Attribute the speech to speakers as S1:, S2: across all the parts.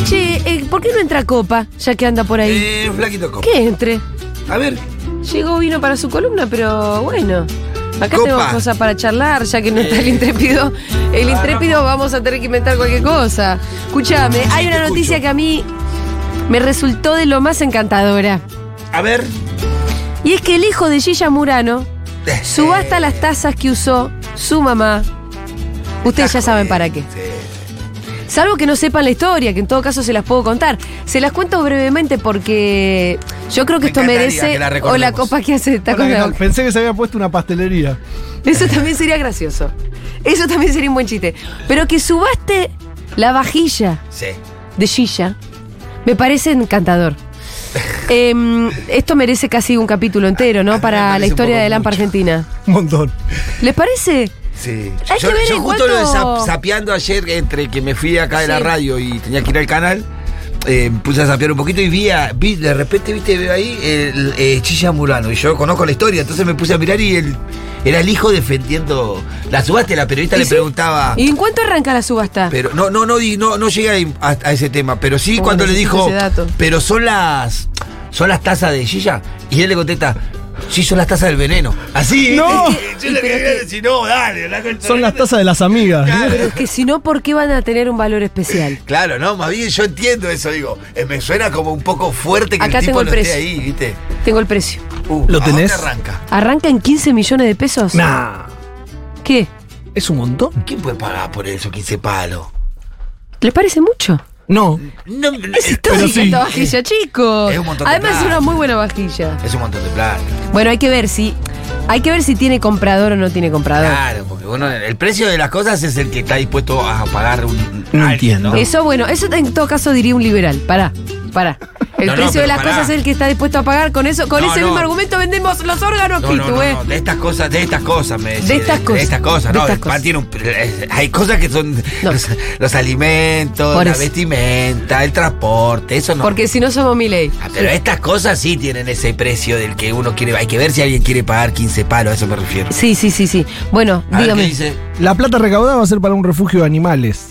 S1: eh, entra Copa, ya que anda por ahí?
S2: Eh, flaquito Copa.
S1: Que entre.
S2: A ver,
S1: Llegó vino para su columna, pero bueno. Acá
S2: Copa. Eh.
S1: tenemos cosas para charlar, ya que no está el intrépido.
S2: Ah,
S1: El intrépido vamos a tener que inventar cualquier cosa. Escúchame, hay
S2: te
S1: una
S2: escucho.
S1: noticia que a mí me resultó de lo más encantadora.
S2: a ver.
S1: Y es que el hijo de Gilla Murano
S2: Eh.
S1: subasta las tazas que usó su mamá. Ustedes ya saben para qué.
S2: Sí.
S1: Salvo que no sepan la historia, que en todo caso se las puedo contar. Se las cuento brevemente porque yo creo que
S2: Me
S1: esto
S2: encantaría
S1: merece.
S2: que la
S1: o la
S2: recordemos.
S1: copa que hace
S3: Ahora
S1: tacos
S3: que
S1: de
S3: no-
S1: boca.
S3: pensé que se había puesto una pastelería.
S1: Eso también sería gracioso. Eso también sería un buen chiste. Pero que subaste la vajilla
S2: Sí.
S1: de Gilla me parece encantador. Em, esto merece casi un capítulo entero, ¿no? Para
S2: parece
S1: la
S2: un
S1: historia
S2: poco
S1: de Lampa
S2: mucho.
S1: Argentina.
S3: Un montón.
S1: ¿Les parece?
S2: Sí.
S1: Hay
S2: yo
S1: que ver
S2: yo
S1: en
S2: justo lo de
S1: cuánto-
S2: zap- sapeando ayer, entre que me fui acá de la
S1: Sí.
S2: radio y tenía que ir al canal, eh, puse a sapear un poquito y vi, a- vi- de repente, viste, veo ahí el, eh, Chilla Murano. Y yo conozco la historia, entonces me puse a mirar y él era el hijo defendiendo. La subaste, la periodista
S1: ¿Y
S2: le
S1: sí?
S2: preguntaba.
S1: ¿Y en cuánto arranca la subasta?
S2: Ah. Pero no, no, no, di- no, no llegué ahí a, a ese tema, pero sí
S1: Oh,
S2: cuando le
S1: necesito
S2: dijo,
S1: ese dato.
S2: pero son las son las tazas de Gilla, y él le contesta, sí son las tazas del veneno. Así
S3: No.
S2: yo le quería decir, no, dale, la concha
S3: Son
S2: de
S3: las
S2: la-
S3: tazas de las amigas.
S2: Claro.
S1: Es que si no, ¿por qué van a tener un valor especial?
S2: Claro, no, más bien yo entiendo eso, digo, eh, me suena como un poco fuerte que
S1: Acá
S2: el tipo
S1: tengo el
S2: no esté
S1: precio.
S2: ahí, ¿viste?
S1: Tengo el precio.
S2: Uh,
S3: ¿Lo
S2: ¿a dónde
S3: tenés?
S2: arranca?
S1: ¿Arranca en 15 millones de pesos?
S3: Nah.
S1: ¿Qué?
S3: Ah, ¿Es un montón?
S2: ¿Quién puede pagar por eso 15 palos?
S1: ¿Les parece mucho?
S3: No.
S2: No, eh,
S1: Es
S2: pero
S1: histórica
S3: sí.
S1: esta vajilla, chicos.
S2: Es un montón de
S1: Además es
S2: plata.
S1: una muy buena vajilla.
S2: Es un montón de plata.
S1: Bueno, hay que ver si. Hay que ver si tiene comprador o no tiene comprador.
S2: Claro, porque bueno, el precio de las cosas es el que está dispuesto a pagar un.
S3: No
S2: alguien,
S3: entiendo.
S1: Eso, bueno, eso en todo caso diría un liberal. Pará, pará. El
S2: No, no,
S1: precio
S2: pero
S1: de las
S2: pará.
S1: cosas es el que está dispuesto a pagar. Con eso, con
S2: No,
S1: ese
S2: no.
S1: mismo argumento vendemos los órganos,
S2: No,
S1: Pitu,
S2: no, no,
S1: eh.
S2: no, de estas cosas, de estas cosas, me decís,
S1: estas cosas,
S2: De estas cosas,
S1: de
S2: no,
S1: estas
S2: el pan
S1: cosas.
S2: tiene un- eh, Hay cosas que son
S1: No.
S2: los, los alimentos,
S1: Por
S2: la
S1: eso.
S2: vestimenta, el transporte, eso no.
S1: Porque si no somos mi ley.
S2: Ah, Pero estas cosas sí tienen ese precio del que uno quiere. Hay que ver si alguien quiere pagar 15 palos, a eso me refiero.
S1: Sí, sí, sí, sí. Bueno,
S2: A ver,
S1: dígame.
S2: ¿qué dice?
S3: La plata recaudada va a ser para un refugio de animales.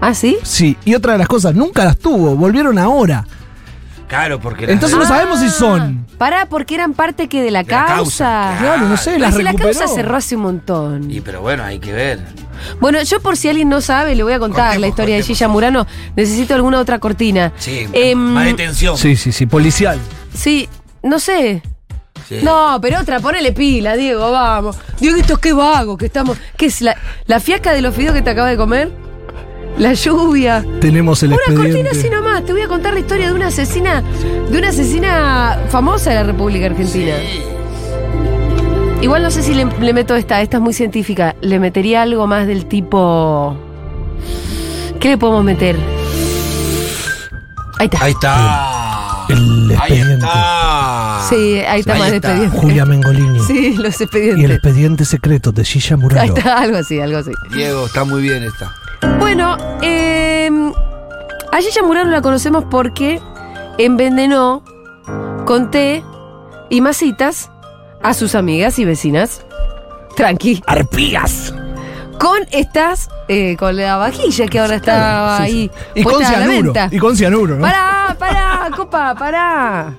S1: ¿Ah, sí?
S3: Sí. Y otra de las cosas, nunca las tuvo. Volvieron ahora.
S2: Claro, porque. la-
S3: Entonces no
S1: Ah,
S3: sabemos si son.
S1: Pará, porque eran parte que de la
S2: De la causa,
S1: causa.
S3: Claro, no sé,
S1: Pero
S3: las
S1: si la
S3: recuperó.
S1: causa cerró hace un montón.
S2: Eh, Y pero bueno, hay que ver.
S1: Bueno, yo por si alguien no sabe, le voy a contar la
S2: Contemos,
S1: historia de
S2: contemos.
S1: Gilla Murano. Necesito alguna otra cortina.
S2: Sí,
S1: Em,
S2: más detención.
S3: Sí, sí, sí. Policial.
S1: Sí, no sé.
S2: Sí.
S1: No, pero otra, ponele pila, Diego, vamos. Dieguito, qué vago que estamos. ¿Qué es la, la fiaca de los fideos que te acabas de comer? La lluvia.
S3: Tenemos el
S1: Una cortina
S3: expediente.
S1: así nomás, te voy a contar la historia de una asesina, de una asesina famosa de la República Argentina. Igual no sé si le, le meto esta, esta es muy científica. Le metería algo más del tipo. ¿Qué le podemos meter? Ahí está.
S2: Ahí está.
S3: El
S2: Ahí
S3: expediente.
S2: está.
S1: Sí, ahí está más de expediente.
S3: Julia Mengolini.
S1: Sí, los
S3: Y el
S1: expedientes.
S3: expediente secreto de Gilla
S1: Ahí
S3: Murano.
S1: está, algo así, algo así.
S2: Diego, está muy bien esta.
S1: Bueno, eh, a Gilla Murano la conocemos porque envenenó con té y masitas a sus amigas y vecinas. Tranqui.
S3: Arpías.
S1: Con estas, eh, con la vajilla que ahora está ahí.
S3: Y con
S1: puesta a la
S3: cianuro.
S1: venta.
S3: Y con cianuro, ¿no?
S1: Pará, pará, copa, pará.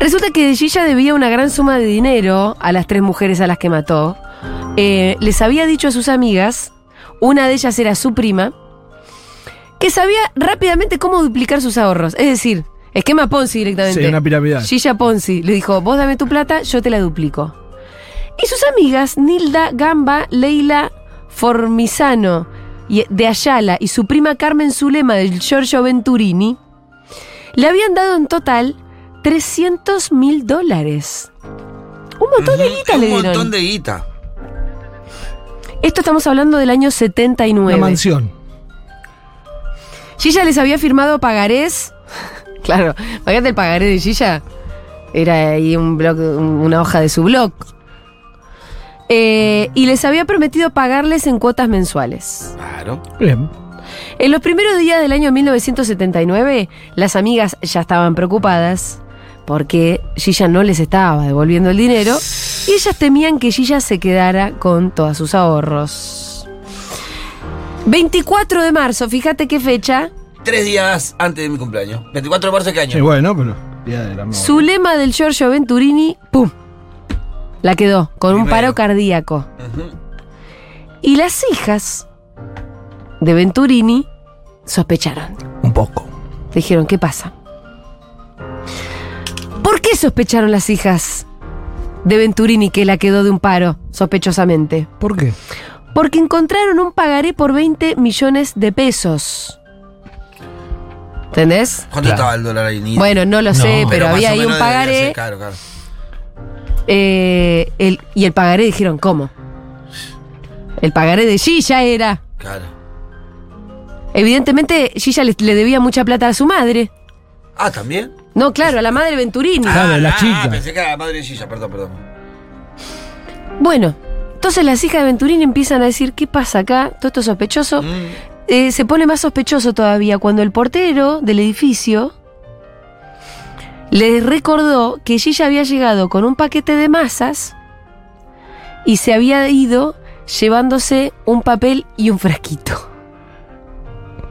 S1: Resulta que Gilla debía una gran suma de dinero a las tres mujeres a las que mató. Eh, les había dicho a sus amigas, una de ellas era su prima, que sabía rápidamente cómo duplicar sus ahorros. Es decir, esquema Ponzi directamente.
S3: Sí, una piramidal.
S1: Gilla Ponzi le dijo, vos dame tu plata, yo te la duplico. Y sus amigas, Nilda Gamba, Leila Formisano y- de Ayala y su prima Carmen Zulema del Giorgio Venturini, le habían dado en total 300 mil dólares. Un montón de guita le
S2: Un
S1: dieron.
S2: montón de guita.
S1: Esto estamos hablando del año 79.
S3: Una mansión.
S1: Gilla les había firmado pagarés. claro, imagínate el pagaré de Gilla. Era ahí un blog, un- una hoja de su blog. Eh, y les había prometido pagarles en cuotas mensuales.
S2: Claro.
S3: Bien.
S1: En los primeros días del año 1979, las amigas ya estaban preocupadas porque Gilla no les estaba devolviendo el dinero y ellas temían que Gilla se quedara con todos sus ahorros. 24 de marzo, fíjate qué fecha,
S2: tres días antes de mi cumpleaños. 24 de marzo, de ¿qué año?
S3: Sí, bueno, pero. Día del amor.
S1: Zulema del Giorgio Venturini, ¡pum! La quedó, con un
S2: Primero.
S1: paro cardíaco.
S2: Ujú.
S1: Y las hijas de Venturini sospecharon.
S3: Un poco.
S1: Dijeron, ¿qué pasa? ¿Por qué sospecharon las hijas de Venturini que la quedó de un paro, sospechosamente?
S3: ¿Por qué?
S1: Porque encontraron un pagaré por 20 millones de pesos. ¿Entendés?
S2: ¿Cuánto
S3: Claro.
S2: estaba el dólar ahí? Ni-
S1: Bueno, no lo
S3: No.
S1: sé, pero,
S2: más
S1: había
S2: o
S1: ahí
S2: menos
S1: un
S2: debería
S1: pagaré.
S2: ser, Claro, claro.
S1: eh, el- y el pagaré dijeron, ¿cómo? El pagaré de Gilla era.
S2: claro.
S1: Evidentemente, Gilla le, le debía mucha plata a su madre.
S2: Ah, ¿también?
S1: No, claro, a la madre Venturini.
S3: Ah, de la
S2: ah,
S3: chica.
S2: pensé que era la madre de Gilla, perdón, perdón.
S1: Bueno, entonces las hijas de Venturini empiezan a decir, ¿qué pasa acá? Todo esto es sospechoso.
S2: Mm.
S1: Eh, se pone más sospechoso todavía cuando el portero del edificio les recordó que Gilla había llegado con un paquete de masas y se había ido llevándose un papel y un frasquito.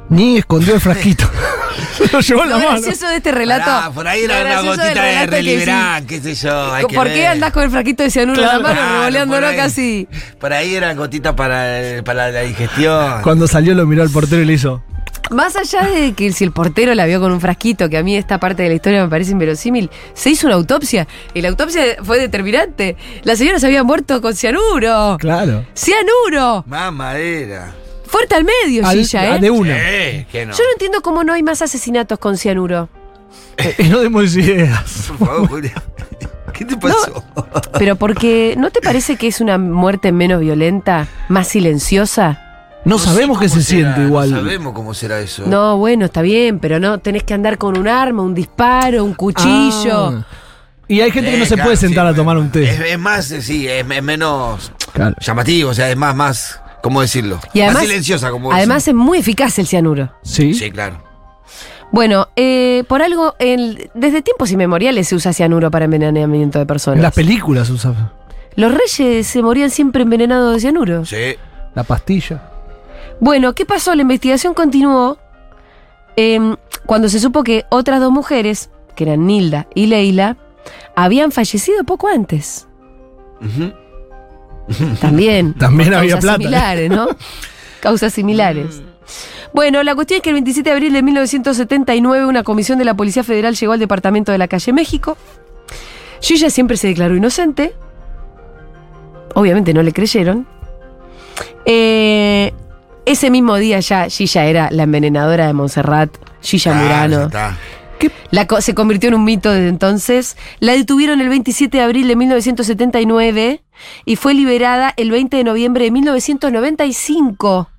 S3: Ni escondió el frasquito. Se lo llevó en la
S1: Lo
S3: mano.
S1: gracioso de este relato.
S2: Pará, por ahí
S1: lo
S2: era una
S1: gracioso del
S2: gotita de
S1: relato es que
S2: reliberán, qué sé yo. hay
S1: decís,
S2: que
S1: ¿Por qué
S2: ver.
S1: andás con el frasquito de cianuro en la
S3: Claro,
S1: mano, revoleándolo
S2: por ahí-
S1: casi?
S2: Por ahí era gotita para, el- para la digestión.
S3: Cuando salió lo miró al portero y le hizo.
S1: Más allá de que si el portero la vio con un frasquito, que a mí esta parte de la historia me parece inverosímil, se hizo una autopsia y la autopsia fue determinante. La señora se había muerto con cianuro.
S3: Claro.
S1: ¡Cianuro!
S2: Mamadera.
S1: Fuerte al medio,
S3: Al-
S1: Gilla, ¿eh?
S3: De una.
S2: Eh, que no.
S1: Yo no entiendo cómo no hay más asesinatos con cianuro.
S3: Eh, no demos ideas.
S2: Por favor, Julia. ¿Qué te pasó?
S1: Pero porque, ¿no te parece que es una muerte menos violenta, más silenciosa?
S3: No, sabemos
S2: sé
S3: qué
S2: cómo
S3: se
S2: será,
S3: siente igual.
S2: No sabemos cómo será eso.
S1: No, bueno, está bien, pero no, tenés que andar con un arma, un disparo, un cuchillo.
S3: Ah. Y hay gente que no
S2: Eh,
S3: se
S2: claro,
S3: puede
S2: sí,
S3: sentar a
S2: bueno.
S3: tomar un té.
S2: Es, es más, eh, sí, es, es menos
S3: Claro.
S2: llamativo, o sea, es más, más, ¿cómo decirlo?
S1: Y además,
S2: más silenciosa, como vos
S1: además es muy eficaz el cianuro.
S3: Sí.
S2: decís. Sí, claro.
S1: Bueno, eh, por algo, el- desde tiempos inmemoriales se usa cianuro para envenenamiento de
S3: En las
S1: personas.
S3: películas usan
S1: Los reyes se morían siempre envenenados de cianuro.
S2: Sí.
S3: la pastilla.
S1: Bueno, ¿qué pasó? La investigación continuó em, cuando se supo que otras dos mujeres, que eran Nilda y Leila, habían fallecido poco antes.
S2: Ujú.
S1: También.
S3: También
S1: Causas
S3: había plata.
S1: similares, ¿no? Causas similares. Bueno, la cuestión es que el 27 de abril de 1979 una comisión de la Policía Federal llegó al departamento de la calle México. Gilla siempre se declaró inocente. Obviamente no le creyeron. Eh, ese mismo día ya Gilla era la envenenadora de Montserrat, Gilla
S2: Claro,
S1: Murano.
S2: ya está.
S1: La co- se convirtió en un mito desde entonces. La detuvieron el 27 de abril de 1979 y fue liberada el 20 de noviembre de 1995.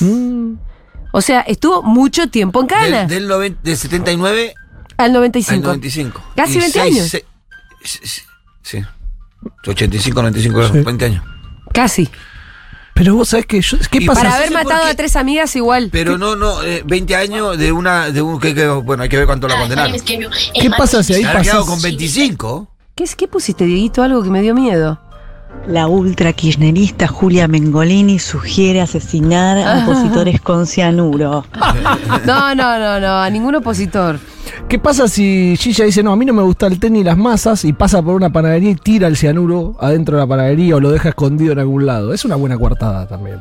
S3: Mm.
S1: O sea, estuvo mucho tiempo en cana.
S2: Del, del, noven- del 79
S1: al
S2: al
S1: 95.
S2: 95.
S1: Casi
S2: Y
S1: 20
S2: seis-
S1: años.
S2: se- se- se- sí. 85, 95,
S3: Sí.
S2: 20 años.
S1: Casi.
S3: Pero vos sabés que yo. ¿Qué
S2: Y
S3: pasa?
S1: Para
S2: no
S1: haber
S2: sé por
S1: matado
S2: qué-
S1: a tres amigas igual.
S2: Pero no, no, eh, 20 años de una, de un, que, que- bueno, hay que ver cuánto la condenaron. Se
S3: ¿Qué pasa si ahí
S2: habrá quedado
S3: pasas?
S2: con 25.
S1: ¿Qué, es- qué pusiste, Dieguito? Algo que me dio miedo.
S4: La ultra kirchnerista Julia Mengolini sugiere asesinar a opositores con cianuro.
S1: No, no, no, no. A ningún opositor.
S3: ¿Qué pasa si Gilla dice, no, a mí no me gusta el té ni las masas y pasa por una panadería y tira el cianuro adentro de la panadería o lo deja escondido en algún lado? Es una buena coartada también.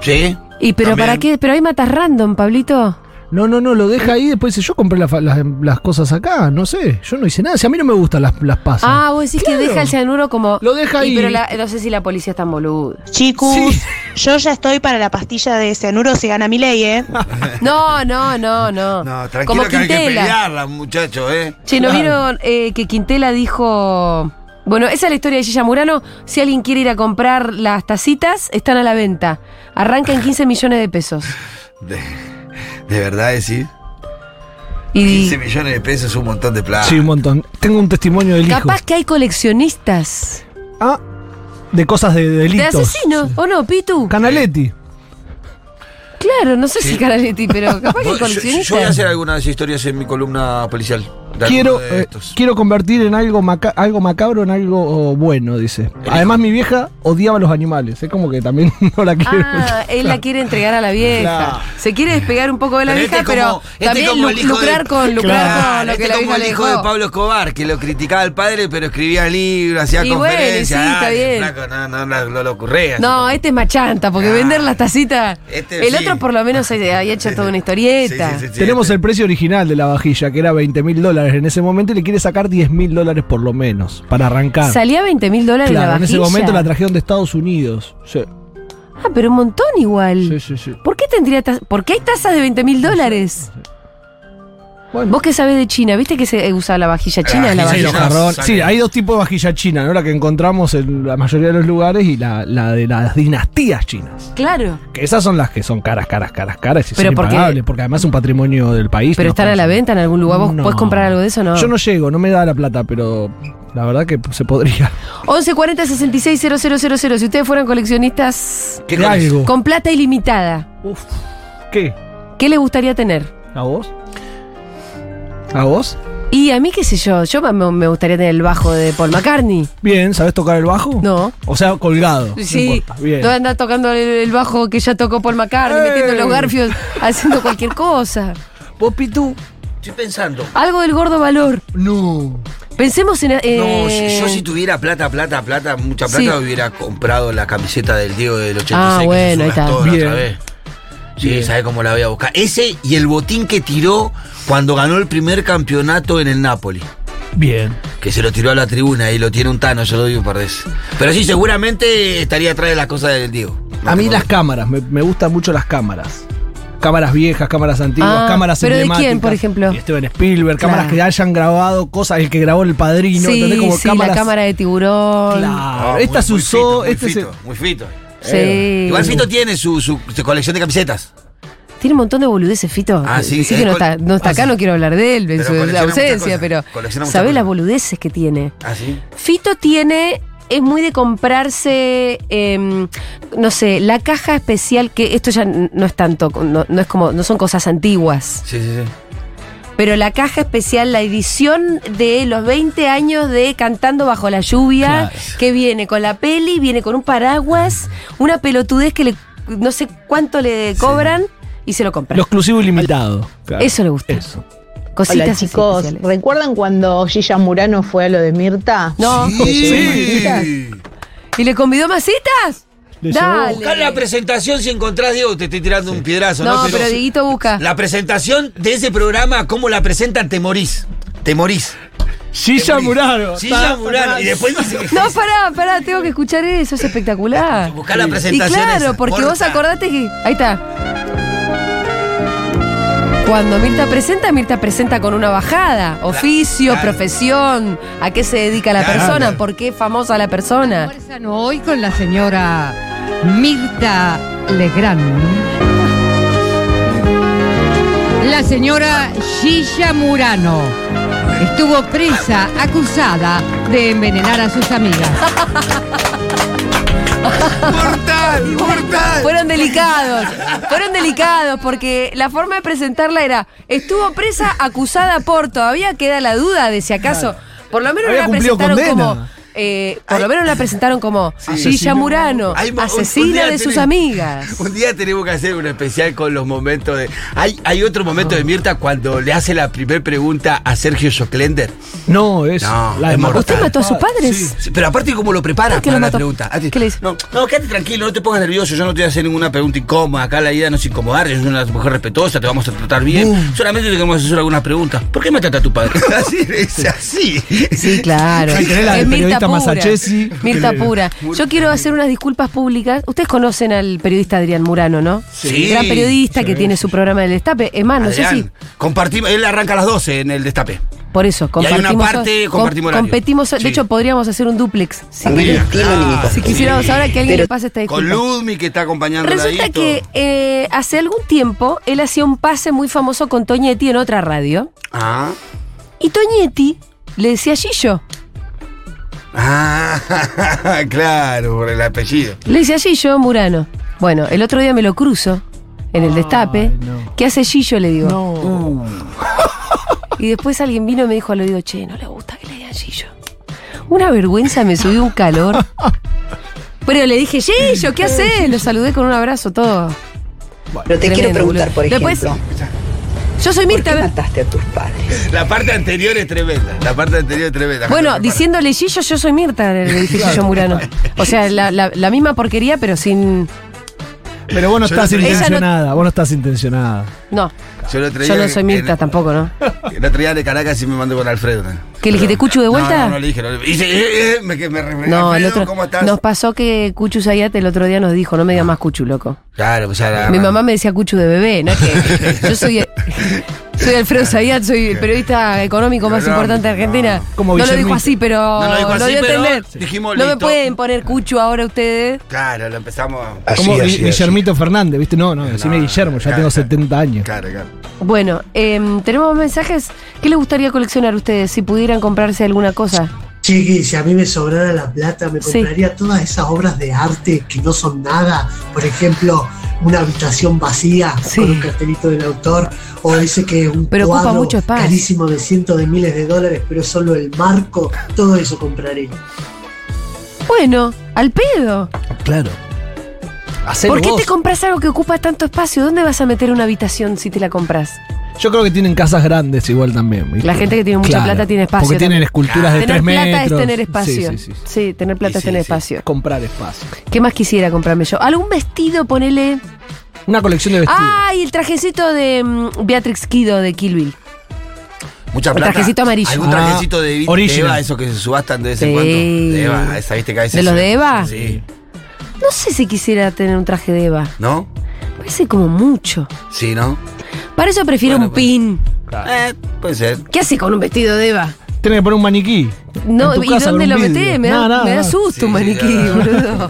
S2: Sí.
S1: ¿Y pero
S2: También.
S1: para qué? ¿Pero ahí matas random, Pablito?
S3: No, no, no, lo deja ahí y después dice, yo compré la fa- las, las cosas acá, no sé, yo no hice nada. Si a mí no me gustan las, las pasas.
S1: Ah, vos decís
S3: Claro.
S1: que deja el cianuro como...
S3: Lo deja
S1: Y
S3: ahí.
S1: pero la- no sé si la policía es tan boluda.
S5: Chicos,
S3: Sí.
S5: yo ya estoy para la pastilla de cianuro si gana mi ley, ¿eh?
S1: No, no, no, no.
S2: No, tranquilo que hay que pelearla, muchachos, ¿eh?
S1: Che, ¿no
S3: Claro.
S1: vieron eh, que Quintela dijo... Bueno, esa es la historia de Gilla Murano. Si alguien quiere ir a comprar las tacitas, están a la venta. Arranca en 15 millones de pesos.
S2: De, de verdad decir.
S1: Y
S2: 15 millones de pesos es un montón de plata.
S3: Sí, un montón. Tengo un testimonio del hijo.
S1: capaz que hay coleccionistas
S3: Ah, de cosas de
S1: de
S3: delitos.
S1: asesinos, ¿o no, Pitu?
S3: Canaletti.
S1: Claro, no sé si Caraletti, pero capaz que hay
S2: Yo, yo- yo voy a
S1: coleccionistas.
S2: hacer algunas historias en mi columna policial. de
S3: Quiero,
S2: alguno de
S3: eh,
S2: estos.
S3: quiero convertir en algo, maca- algo macabro en algo oh, bueno, dice. Además, mi vieja odiaba los animales. Es como que también no la quiero.
S1: Ah, él la quiere entregar a la
S3: Claro.
S1: vieja. Se quiere despegar un poco de la
S2: Pero
S1: vieja,
S2: este es
S1: pero
S2: como- este es
S1: también
S2: como
S1: lu-
S2: el hijo
S1: lucrar
S2: de-
S1: con lucrar con lo
S2: este
S1: que la
S2: como
S1: vieja
S2: el
S1: le
S2: hijo de
S1: dejó.
S2: Pablo Escobar, que lo criticaba al padre, pero escribía libros, hacía
S1: Y bueno,
S2: conferencias.
S1: sí, está
S2: Dale,
S1: bien.
S2: flaco, no, no, no, no lo ocurría.
S1: No, este es machanta, porque
S2: Claro.
S1: vender las tacitas.
S2: Ah, Este
S1: el
S2: sí.
S1: otro por lo menos se había hecho toda una historieta.
S3: Tenemos
S2: este
S3: el precio original de la vajilla, que era 20 mil dólares en ese momento, y le quiere sacar 10 mil dólares por lo menos, para arrancar.
S1: Salía 20 mil dólares la
S3: Claro, en
S1: vajilla.
S3: ese momento la trajeron de Estados Unidos. Sí,
S1: ah, pero un montón igual.
S3: sí, sí. sí.
S1: ¿Por qué tendría taz- ¿Por qué hay tasas de 20 mil dólares?
S3: Bueno.
S1: Vos que sabés de China, ¿viste que se usa la vajilla china?
S2: La
S1: la
S3: Sí,
S2: vajilla.
S3: los
S1: vajilla.
S3: jarrones.
S2: Sale.
S3: Sí, hay dos tipos de vajilla china, ¿no? La que encontramos en la mayoría de los lugares y la, la de las dinastías chinas.
S1: Claro.
S3: Que esas son las que son caras, caras, caras, caras y
S1: Pero
S3: son
S1: porque-
S3: impagables, porque además es un patrimonio del país.
S1: Pero
S3: no
S1: están a la
S3: estamos-
S1: venta en algún lugar. ¿Vos
S3: No.
S1: podés comprar algo de eso o no?
S3: Yo no llego, no me da la plata, pero la verdad que se podría.
S1: 11 40 66 000. Si ustedes fueran coleccionistas
S2: ¿Qué
S3: De
S2: colección?
S3: algo.
S1: con plata ilimitada,
S3: Uf. ¿Qué?
S1: ¿qué les gustaría tener?
S3: ¿A vos? ¿A vos?
S1: Y a mí, qué sé yo, yo me, me gustaría tener el bajo de Paul McCartney.
S3: Bien, ¿sabes tocar el bajo?
S1: No.
S3: O sea, colgado. No
S1: Sí,
S3: importa. Bien.
S1: no andar tocando el, el bajo que ya tocó Paul McCartney,
S3: ¡Ey!
S1: metiendo los garfios, haciendo cualquier cosa.
S3: ¿Vos, Pitu?
S2: Estoy pensando.
S1: Algo del gordo valor.
S3: No.
S1: Pensemos en. eh,
S2: No, si- yo si tuviera plata, plata, plata, mucha plata,
S1: Sí.
S2: hubiera comprado la camiseta del Diego del 86.
S1: Ah,
S2: que
S1: bueno,
S2: se
S1: ahí está.
S2: gastó la
S3: Bien.
S2: otra vez. Sí, sabe cómo la voy a buscar. Ese y el botín que tiró cuando ganó el primer campeonato en el Napoli.
S3: Bien.
S2: Que se lo tiró a la tribuna y lo tiene un Tano, yo lo digo un par de veces. Pero sí, seguramente estaría atrás de las cosas del Diego. No
S3: A mí
S2: tengo
S3: las cámaras, me, me gustan mucho las cámaras. Cámaras viejas, cámaras antiguas,
S1: Ah,
S3: cámaras
S1: ¿pero de quién,
S3: emblemáticas.
S1: por ejemplo?
S3: Y Steven Spielberg, cámaras
S1: Claro.
S3: que hayan grabado cosas, el que grabó El Padrino,
S1: sí,
S3: ¿entendés? Como
S1: sí,
S3: cámaras...
S1: la cámara de tiburón.
S3: Claro,
S2: Ah,
S3: esta
S2: muy-
S3: se
S2: muy fito,
S3: usó,
S2: muy
S3: este se-
S2: fito, muy fito.
S1: Sí.
S2: Igual Fito tiene su, su- su colección de camisetas.
S1: Tiene un montón de boludeces, Fito.
S2: Ah, sí,
S1: Sé
S2: eh,
S1: que no
S2: col-
S1: está, no está acá, no quiero hablar de él, en
S2: Pero
S1: su
S2: colecciona muchas
S1: ausencia,
S2: cosas,
S1: pero.
S2: colecciona muchas
S1: ¿Sabés las
S2: cosas.
S1: boludeces que tiene?
S2: Ah, sí.
S1: Fito tiene. Es muy de comprarse, em, no sé, la caja especial, que esto ya n- no es tanto, no, no es como, no son cosas antiguas,
S2: Sí, sí, sí.
S1: pero la caja especial, la edición de los 20 años de Cantando bajo la lluvia,
S3: Claro.
S1: que viene con la peli, viene con un paraguas, una pelotudez que le, no sé cuánto le cobran y se lo compra.
S3: Lo exclusivo ilimitado. Claro.
S1: Eso le gusta.
S3: Eso.
S1: Cositas
S6: Hola
S1: así
S6: chicos,
S1: especiales.
S6: ¿recuerdan cuando Gilla Murano fue a lo de Mirta?
S1: No.
S2: Sí.
S1: ¿Y le convidó masitas?
S3: Le
S1: Dale.
S2: Buscar la presentación si encontrás, Diego, te estoy tirando un piedrazo.
S1: No,
S2: No,
S1: pero Dieguito busca.
S2: La presentación de ese programa, cómo la presentan, te morís. Te morís.
S3: Shisha Murano.
S2: Sí,
S3: Ta,
S2: ya Murano.
S3: ta,
S2: Y después no sé qué.
S1: No, pará, pará, tengo que escuchar eso, es espectacular.
S2: Buscá la
S1: Y
S2: presentación.
S1: claro,
S2: esa.
S1: porque
S2: Corta.
S1: vos acordate que. Ahí está. Cuando Mirta presenta, Mirta presenta con una bajada. Oficio,
S2: claro.
S1: profesión, a qué se dedica la
S2: Claro.
S1: persona, por qué es famosa la persona.
S7: Conversan hoy con la señora Mirta Legrand. La señora Gilla Murano estuvo presa, acusada de envenenar a sus amigas.
S2: Mortal, mortal.
S1: Fueron delicados, fueron delicados, porque la forma de presentarla era, estuvo presa acusada por, todavía queda la duda de si acaso, por lo menos
S3: Había
S1: la
S3: cumplido
S1: presentaron
S3: condena.
S1: como, eh, por lo menos la presentaron como Gilla
S3: Asesino.
S1: Murano,
S2: Hay mo- un- un
S1: asesina
S2: día
S1: de sus
S2: tenés-
S1: amigas.
S2: Un día tenemos que hacer un especial con los momentos de. Hay, hay otro momento de Mirta cuando le hace la primera pregunta a Sergio Soclender.
S3: No, es.
S2: No,
S3: la de
S2: es
S3: Matar.
S2: mortal.
S1: ¿Usted mató a sus padres?
S2: Sí, Pero aparte, ¿cómo lo prepara
S1: ¿Por qué
S2: para
S1: lo
S2: la
S1: mató?
S2: pregunta? Ah, te-
S1: ¿Qué le dice?
S2: No, no, quédate tranquilo, no te pongas nervioso. Yo no te voy a hacer ninguna pregunta incómoda. Acá la idea no es incomodar. Es una mujer respetuosa, te vamos a tratar bien. Solamente te queremos hacer algunas preguntas. ¿Por qué me trata tu padre? así, es así.
S1: Sí, claro.
S3: Ahí tenés la del periodista Masachesi.
S1: Mirta
S3: Que-
S1: pura. Yo quiero hacer unas disculpas públicas. Ustedes conocen al periodista Adrián Murano, ¿no?
S2: Sí.
S1: Gran periodista que
S3: Sí,
S1: tiene su programa del destape. Es
S2: Ah,
S1: más, no sé si
S2: Adrián, compartimos. Él arranca a las 12 en el destape.
S1: Por eso,
S2: Y hay
S1: compartimos.
S2: una parte,
S1: com-
S2: compartimos horario.
S1: competimos. De
S2: Sí.
S1: hecho, podríamos hacer un duplex. Si,
S2: Mira, claro.
S1: si quisiéramos ahora que alguien
S2: Pero
S1: le pase esta
S2: Con
S1: disculpa.
S2: Ludmi que está acompañando
S1: Resulta que eh, hace algún tiempo él hacía un pase muy famoso con Toñetti en otra radio.
S2: Ah.
S1: Y Toñetti le decía Gillo.
S2: Ah, claro, por el apellido.
S1: Le decía Gillo Murano. Bueno, el otro día me lo cruzo en el destape.
S3: no.
S1: ¿Qué hace Gillo? Le digo.
S3: No.
S1: Y después alguien vino y me dijo al oído, che, no le gusta que le digan Gillo. Una vergüenza, me subió un calor. Pero le dije, Gillo, ¿qué haces? Lo saludé con un abrazo, todo.
S8: Pero te quiero preguntar, por ejemplo,
S1: Después, Yo soy
S8: ¿por qué
S1: Mirta.
S8: mataste a tus padres?
S2: La parte anterior es tremenda. La parte anterior es tremenda.
S1: Bueno,
S2: Jota, repara.
S1: diciéndole Gillo, yo soy Mirta, le dije Gillo Murano. O sea, la, la- la misma porquería, pero sin.
S3: Pero vos no
S2: Yo
S3: estás
S2: no-
S1: Ella no-
S3: intencionada, vos no estás intencionada.
S1: No,
S2: Yo, el otro
S1: yo
S2: día
S1: no soy
S2: en-
S1: Mirta tampoco, ¿no?
S2: El otro día de Caracas y me mandó con Alfredo.
S1: ¿Qué, le dijiste cuchu de vuelta?
S2: No, no, no le dije. No, le hice, eh, eh, me, que me re-
S1: No, el
S2: Alfredo,
S1: otro.
S2: ¿Cómo estás? Ah.
S1: Nos pasó que Cuchu Zayat el otro día nos dijo, no me digas más Cuchu, loco.
S2: Claro, pues ya la-
S1: Mi mamá me decía Cuchu de bebé, ¿no? es que yo soy. Soy Alfredo Zayat, soy el periodista económico más
S2: Ah, Pero no,
S1: importante de Argentina.
S2: no.
S3: Como
S1: no lo
S3: Guillermito.
S1: dijo así, pero.
S2: No lo dijo así,
S1: dio a
S2: pero
S1: entender.
S2: dijimos,
S1: no me
S2: listo.
S1: pueden poner Cuchu ahora ustedes.
S2: Claro, lo empezamos. a-
S3: Como Gui- Guillermito Fernández, ¿viste? No, no, decime
S2: No,
S3: Guillermo, ya
S2: claro, claro.
S3: tengo 70 años.
S2: Claro, claro.
S1: Bueno, em, tenemos más mensajes. ¿Qué les gustaría coleccionar a ustedes si pudieran comprarse alguna cosa?
S9: Chiqui, si a mí me sobrara la plata, me
S1: Sí.
S9: compraría todas esas obras de arte que no son nada. Por ejemplo, una habitación vacía
S1: Sí.
S9: con un cartelito del autor, o ese que es un
S1: Pero ocupa
S9: cuadro
S1: mucho espacio.
S9: carísimo de cientos de miles de dólares, pero es solo el marco. Todo eso compraré.
S1: Bueno, al pedo.
S3: Claro. Hacelo
S1: ¿Por qué
S3: vos.
S1: te compras algo que ocupa tanto espacio? ¿Dónde vas a meter una habitación si te la compras?
S3: Yo creo que tienen casas grandes igual también. ¿viste?
S1: La gente que tiene mucha plata tiene espacio
S3: Porque tienen
S1: también. Ah,
S3: esculturas de
S1: Tener
S3: 3 metros.
S1: plata es tener
S3: Sí,
S1: espacio.
S3: Sí,
S1: Sí,
S3: sí, sí.
S1: tener plata
S2: Y
S1: es
S2: sí,
S1: tener
S2: sí.
S1: espacio.
S3: Comprar espacio.
S1: ¿Qué más quisiera comprarme yo? ¿Algún vestido? Ponele.
S3: Una colección de vestidos.
S1: ¡Ay! El trajecito de mm, Beatrix Kido de Kill Bill.
S2: Mucha
S1: Un
S2: plata.
S1: trajecito amarillo.
S2: Algún
S3: Ah,
S2: trajecito de, Evita- de
S3: original.
S2: Eva, esos que se subastan de vez en
S1: Sí.
S2: cuando. De Eva, esa viste que a veces
S1: ¿De los
S2: se-
S1: de Eva?
S2: Sí.
S1: No sé si quisiera tener un traje de Eva.
S2: ¿No?
S1: Parece como mucho.
S2: Sí, ¿no?
S1: Para eso prefiero
S2: Bueno,
S1: un
S2: pues.
S1: pin.
S2: Eh, puede ser.
S1: ¿Qué hace con un vestido de Eva?
S3: Tienen que poner un maniquí.
S1: No,
S3: En tu
S1: ¿Y
S3: casa,
S1: dónde
S3: con
S1: lo
S3: un
S1: metés?
S3: vidrio.
S1: Me, da-
S3: No, no,
S1: me da
S3: no.
S1: susto
S2: Sí,
S1: un maniquí,
S2: sí, no, no.
S1: boludo.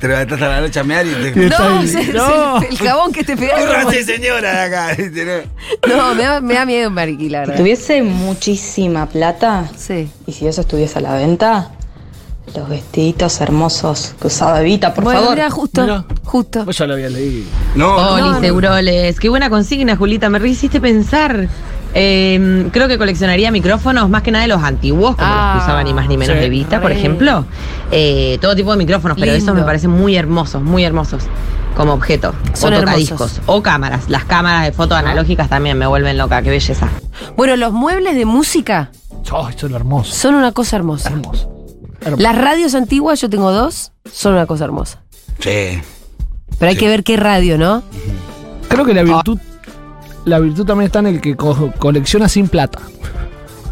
S2: Te levantas a la noche a mear y te.
S3: está
S1: No,
S3: ahí.
S1: es el-
S3: No.
S1: es el, el jabón que te pegaba.
S2: ¡Córrase, señora! de acá! ¿viste, no?
S1: No, me da, me da miedo un maniquí, la verdad.
S10: tuviese muchísima plata
S1: Sí.
S10: y si eso estuviese a la venta, los vestiditos hermosos que usaba Evita, por
S1: bueno,
S10: favor.
S1: mirá, justo.
S3: Mirá.
S1: Justo.
S3: Vos Pues ya lo había leído.
S2: No, no,
S11: Hola,
S2: no, no.
S11: Seguroles. Oh, Qué buena consigna, Julita. Me hiciste pensar. Eh, creo que coleccionaría micrófonos más que nada de los antiguos, como
S1: Ah,
S11: los que usaban ni más ni menos
S3: sí.
S11: de Vita, por
S1: Re.
S11: ejemplo. Eh, todo tipo de micrófonos, pero
S1: Lindo.
S11: esos me parecen muy hermosos, muy hermosos como objeto.
S1: Son
S11: o
S1: hermosos.
S11: tocadiscos, o cámaras. Las cámaras de fotos analógicas también me vuelven loca, qué belleza.
S1: Bueno, los muebles de música
S3: Oh, esto es lo hermoso.
S1: son una cosa hermosa.
S3: Hermoso.
S1: Las radios antiguas, yo tengo dos, son una cosa hermosa.
S2: Sí.
S1: Pero hay
S2: Sí.
S1: que ver qué radio, ¿no?
S3: Creo que
S1: Ah.
S3: la virtud. La virtud también está en el que co- colecciona sin plata.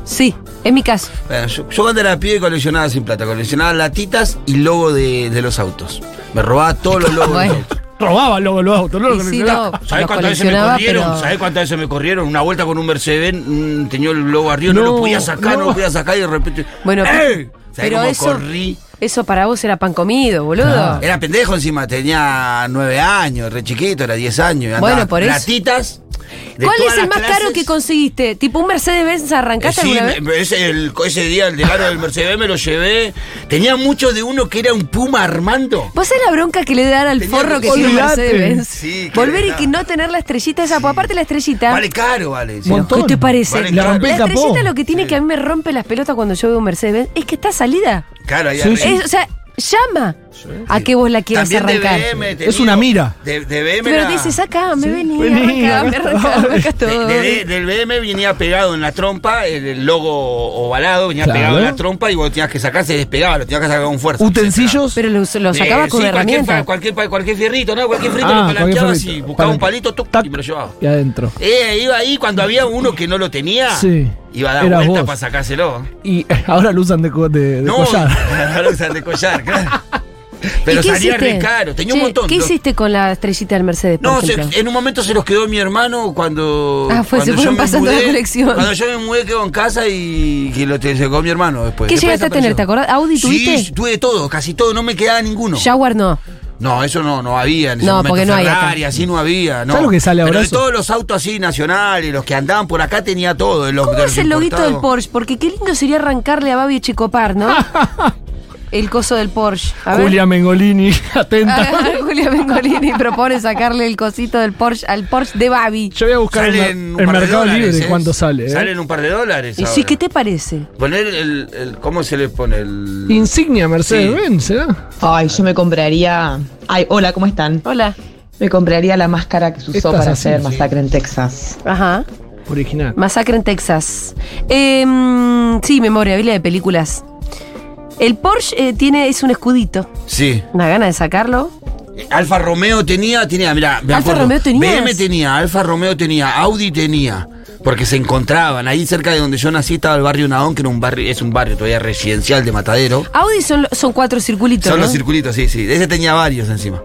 S1: Sí, en mi caso.
S2: Bueno, yo, yo cuando era pibe coleccionaba sin plata, coleccionaba latitas y logo de, de los autos. Me robaba todos los logos. de los
S1: Bueno.
S2: autos.
S3: Robaba luego los autos, no
S1: Y sí, no, los
S2: ¿Sabés cuántas veces me
S1: coleccionaba,
S2: corrieron?
S1: pero-
S2: ¿Sabés cuántas veces me corrieron? Una vuelta con un Mercedes mm, tenía el logo arriba, no,
S3: No,
S2: lo podía sacar, no.
S3: no.
S2: lo podía sacar y de repente.
S1: Bueno,
S2: ¡Ey! ¿Sabés
S1: pero
S2: ¡Eh! cómo
S1: eso,
S2: corrí?
S1: eso para vos era pan comido, boludo.
S2: Era pendejo encima, tenía nueve años, re chiquito, era 10 años. y
S1: Bueno,
S2: andaba
S1: por eso.
S2: Latitas. de
S1: ¿Cuál
S2: todas
S1: es el
S2: las
S1: más caro
S2: clases.
S1: que conseguiste? ¿Tipo un Mercedes-Benz
S2: Eh,
S1: arrancaste
S2: Sí,
S1: alguna vez?
S2: me- ese, el- ese día el de aro del Mercedes me lo llevé. Tenía mucho de uno que era un Puma Armando.
S1: ¿Vos sabés la bronca que le dan al
S2: Tenía
S1: forro
S2: que-
S1: que tiene un
S3: Olvidate.
S1: Mercedes-Benz?
S2: Sí, que
S1: Volver y
S2: era-
S1: que no tener la estrellita esa,
S2: Sí.
S1: porque aparte la estrellita.
S2: Vale caro, vale. sí.
S1: Pero, ¿Qué
S3: montón.
S1: te parece?
S2: Vale,
S3: Le
S2: claro.
S3: rompé
S1: La
S3: el capó.
S1: estrellita lo que tiene que a mí me rompe las pelotas cuando yo veo un Mercedes-Benz es que está salida.
S2: Claro, ahí
S3: Sí,
S2: arriba.
S1: Es- o sea, llama a que vos la quieras
S2: También
S1: arrancar.
S2: de BM, te
S3: Es una
S2: digo,
S3: mira.
S2: De, de BM
S1: Pero
S2: era-
S1: te dices, acá, me
S3: Sí.
S1: vení,
S3: Vení,
S1: arrancame,
S3: acá
S1: arrancame,
S3: estoy.
S1: acá todo.
S2: de- de- del BM venía pegado en la trompa, el, el logo ovalado venía
S3: Claro.
S2: pegado en la trompa y vos lo tenías que sacar, se despegaba, lo tenías que sacar con fuerza.
S3: Utensillos.
S1: Pero lo, lo sacabas
S2: Eh,
S1: con
S2: sí,
S1: herramienta.
S2: Cualquier, cualquier, pa- cualquier fierrito, ¿no? Cualquier fierrito
S3: Ah,
S2: lo
S3: cualquier
S2: palanqueabas y
S3: fierrito.
S2: buscaba un
S3: Palanca.
S2: palito, tuc,
S3: Tac.
S2: y me lo llevaba.
S3: Y adentro.
S2: Eh, iba ahí cuando había uno que no lo tenía,
S3: Sí.
S2: iba a dar
S3: Eras
S2: vuelta
S3: vos.
S2: para sacárselo.
S3: Y eh, ahora lo usan de, co- de, de
S2: no,
S3: collar.
S2: ahora usan de collar, claro. Pero
S1: ¿Y qué
S2: salía re
S1: hiciste?
S2: caro, tenía
S1: Che,
S2: un montón.
S1: ¿Qué
S2: Los-
S1: hiciste con la estrellita del Mercedes, por
S2: No, se-
S1: ejemplo?
S2: en un momento se los quedó mi hermano cuando.
S1: Ah, fue- se
S2: cuando yo
S1: fueron
S2: me
S1: pasando la colección.
S2: Cuando yo me mudé quedó en casa y que lo te, se quedó mi hermano después.
S1: ¿Qué
S2: Después
S1: llegaste a tener?
S2: desapareció.
S1: ¿Te acordás? ¿Audi
S2: Sí,
S1: tuviste?
S2: tuve todo, casi todo, no me quedaba ninguno.
S1: Jaguar no.
S2: No, eso no, no había. En ese
S1: No,
S2: momento.
S1: porque no hay
S2: Ferrari,
S1: acá.
S2: así no había. No.
S3: ¿Sabes lo que sale ahora
S2: Pero de
S3: eso?
S2: todos los autos así nacionales, los que andaban por acá tenía todo. de Los,
S1: ¿Cómo
S2: de los
S1: es el loguito del
S2: importados.
S1: Porsche? Porque qué lindo sería arrancarle a Babi Chicopar, ¿no? el coso del Porsche. A ver.
S3: Julia Mengolini, atenta.
S1: Julia Bengolini propone sacarle el cosito del Porsche al Porsche de Babi.
S3: Yo voy a buscar
S2: Sale
S3: el,
S2: en un
S3: el
S2: par de
S3: Mercado
S2: dólares,
S3: Libre
S2: ¿eh?
S3: cuánto sale. ¿eh?
S2: Salen un par de dólares.
S1: ¿Y sí,
S2: ahora.
S1: qué te parece?
S2: Poner el, el- ¿Cómo se le pone? El.
S3: Insignia ¿eh? Mercedes-Benz, ¿será?
S12: Ay, yo me compraría. Ay, hola, ¿cómo están?
S1: Hola.
S12: Me compraría la máscara que se usó
S1: Estás
S12: para
S1: así,
S12: hacer
S1: sí.
S12: masacre en Texas.
S1: Ajá.
S3: Original.
S1: Masacre en Texas. Eh, mm, sí, memorabilia de películas. El Porsche eh, tiene, es un escudito.
S2: Sí.
S1: Una gana de sacarlo.
S2: Alfa Romeo tenía, tenía, mira, me
S1: Alfa
S2: acuerdo.
S1: Romeo tenías.
S2: BM tenía, Alfa Romeo tenía, Audi tenía. Porque se encontraban. Ahí cerca de donde yo nací estaba el barrio Naón, que era un barrio, es un barrio todavía residencial de Matadero.
S1: Audi son, lo- son cuatro circulitos.
S2: Son
S1: ¿no?
S2: los circulitos, sí, sí. Ese tenía varios encima.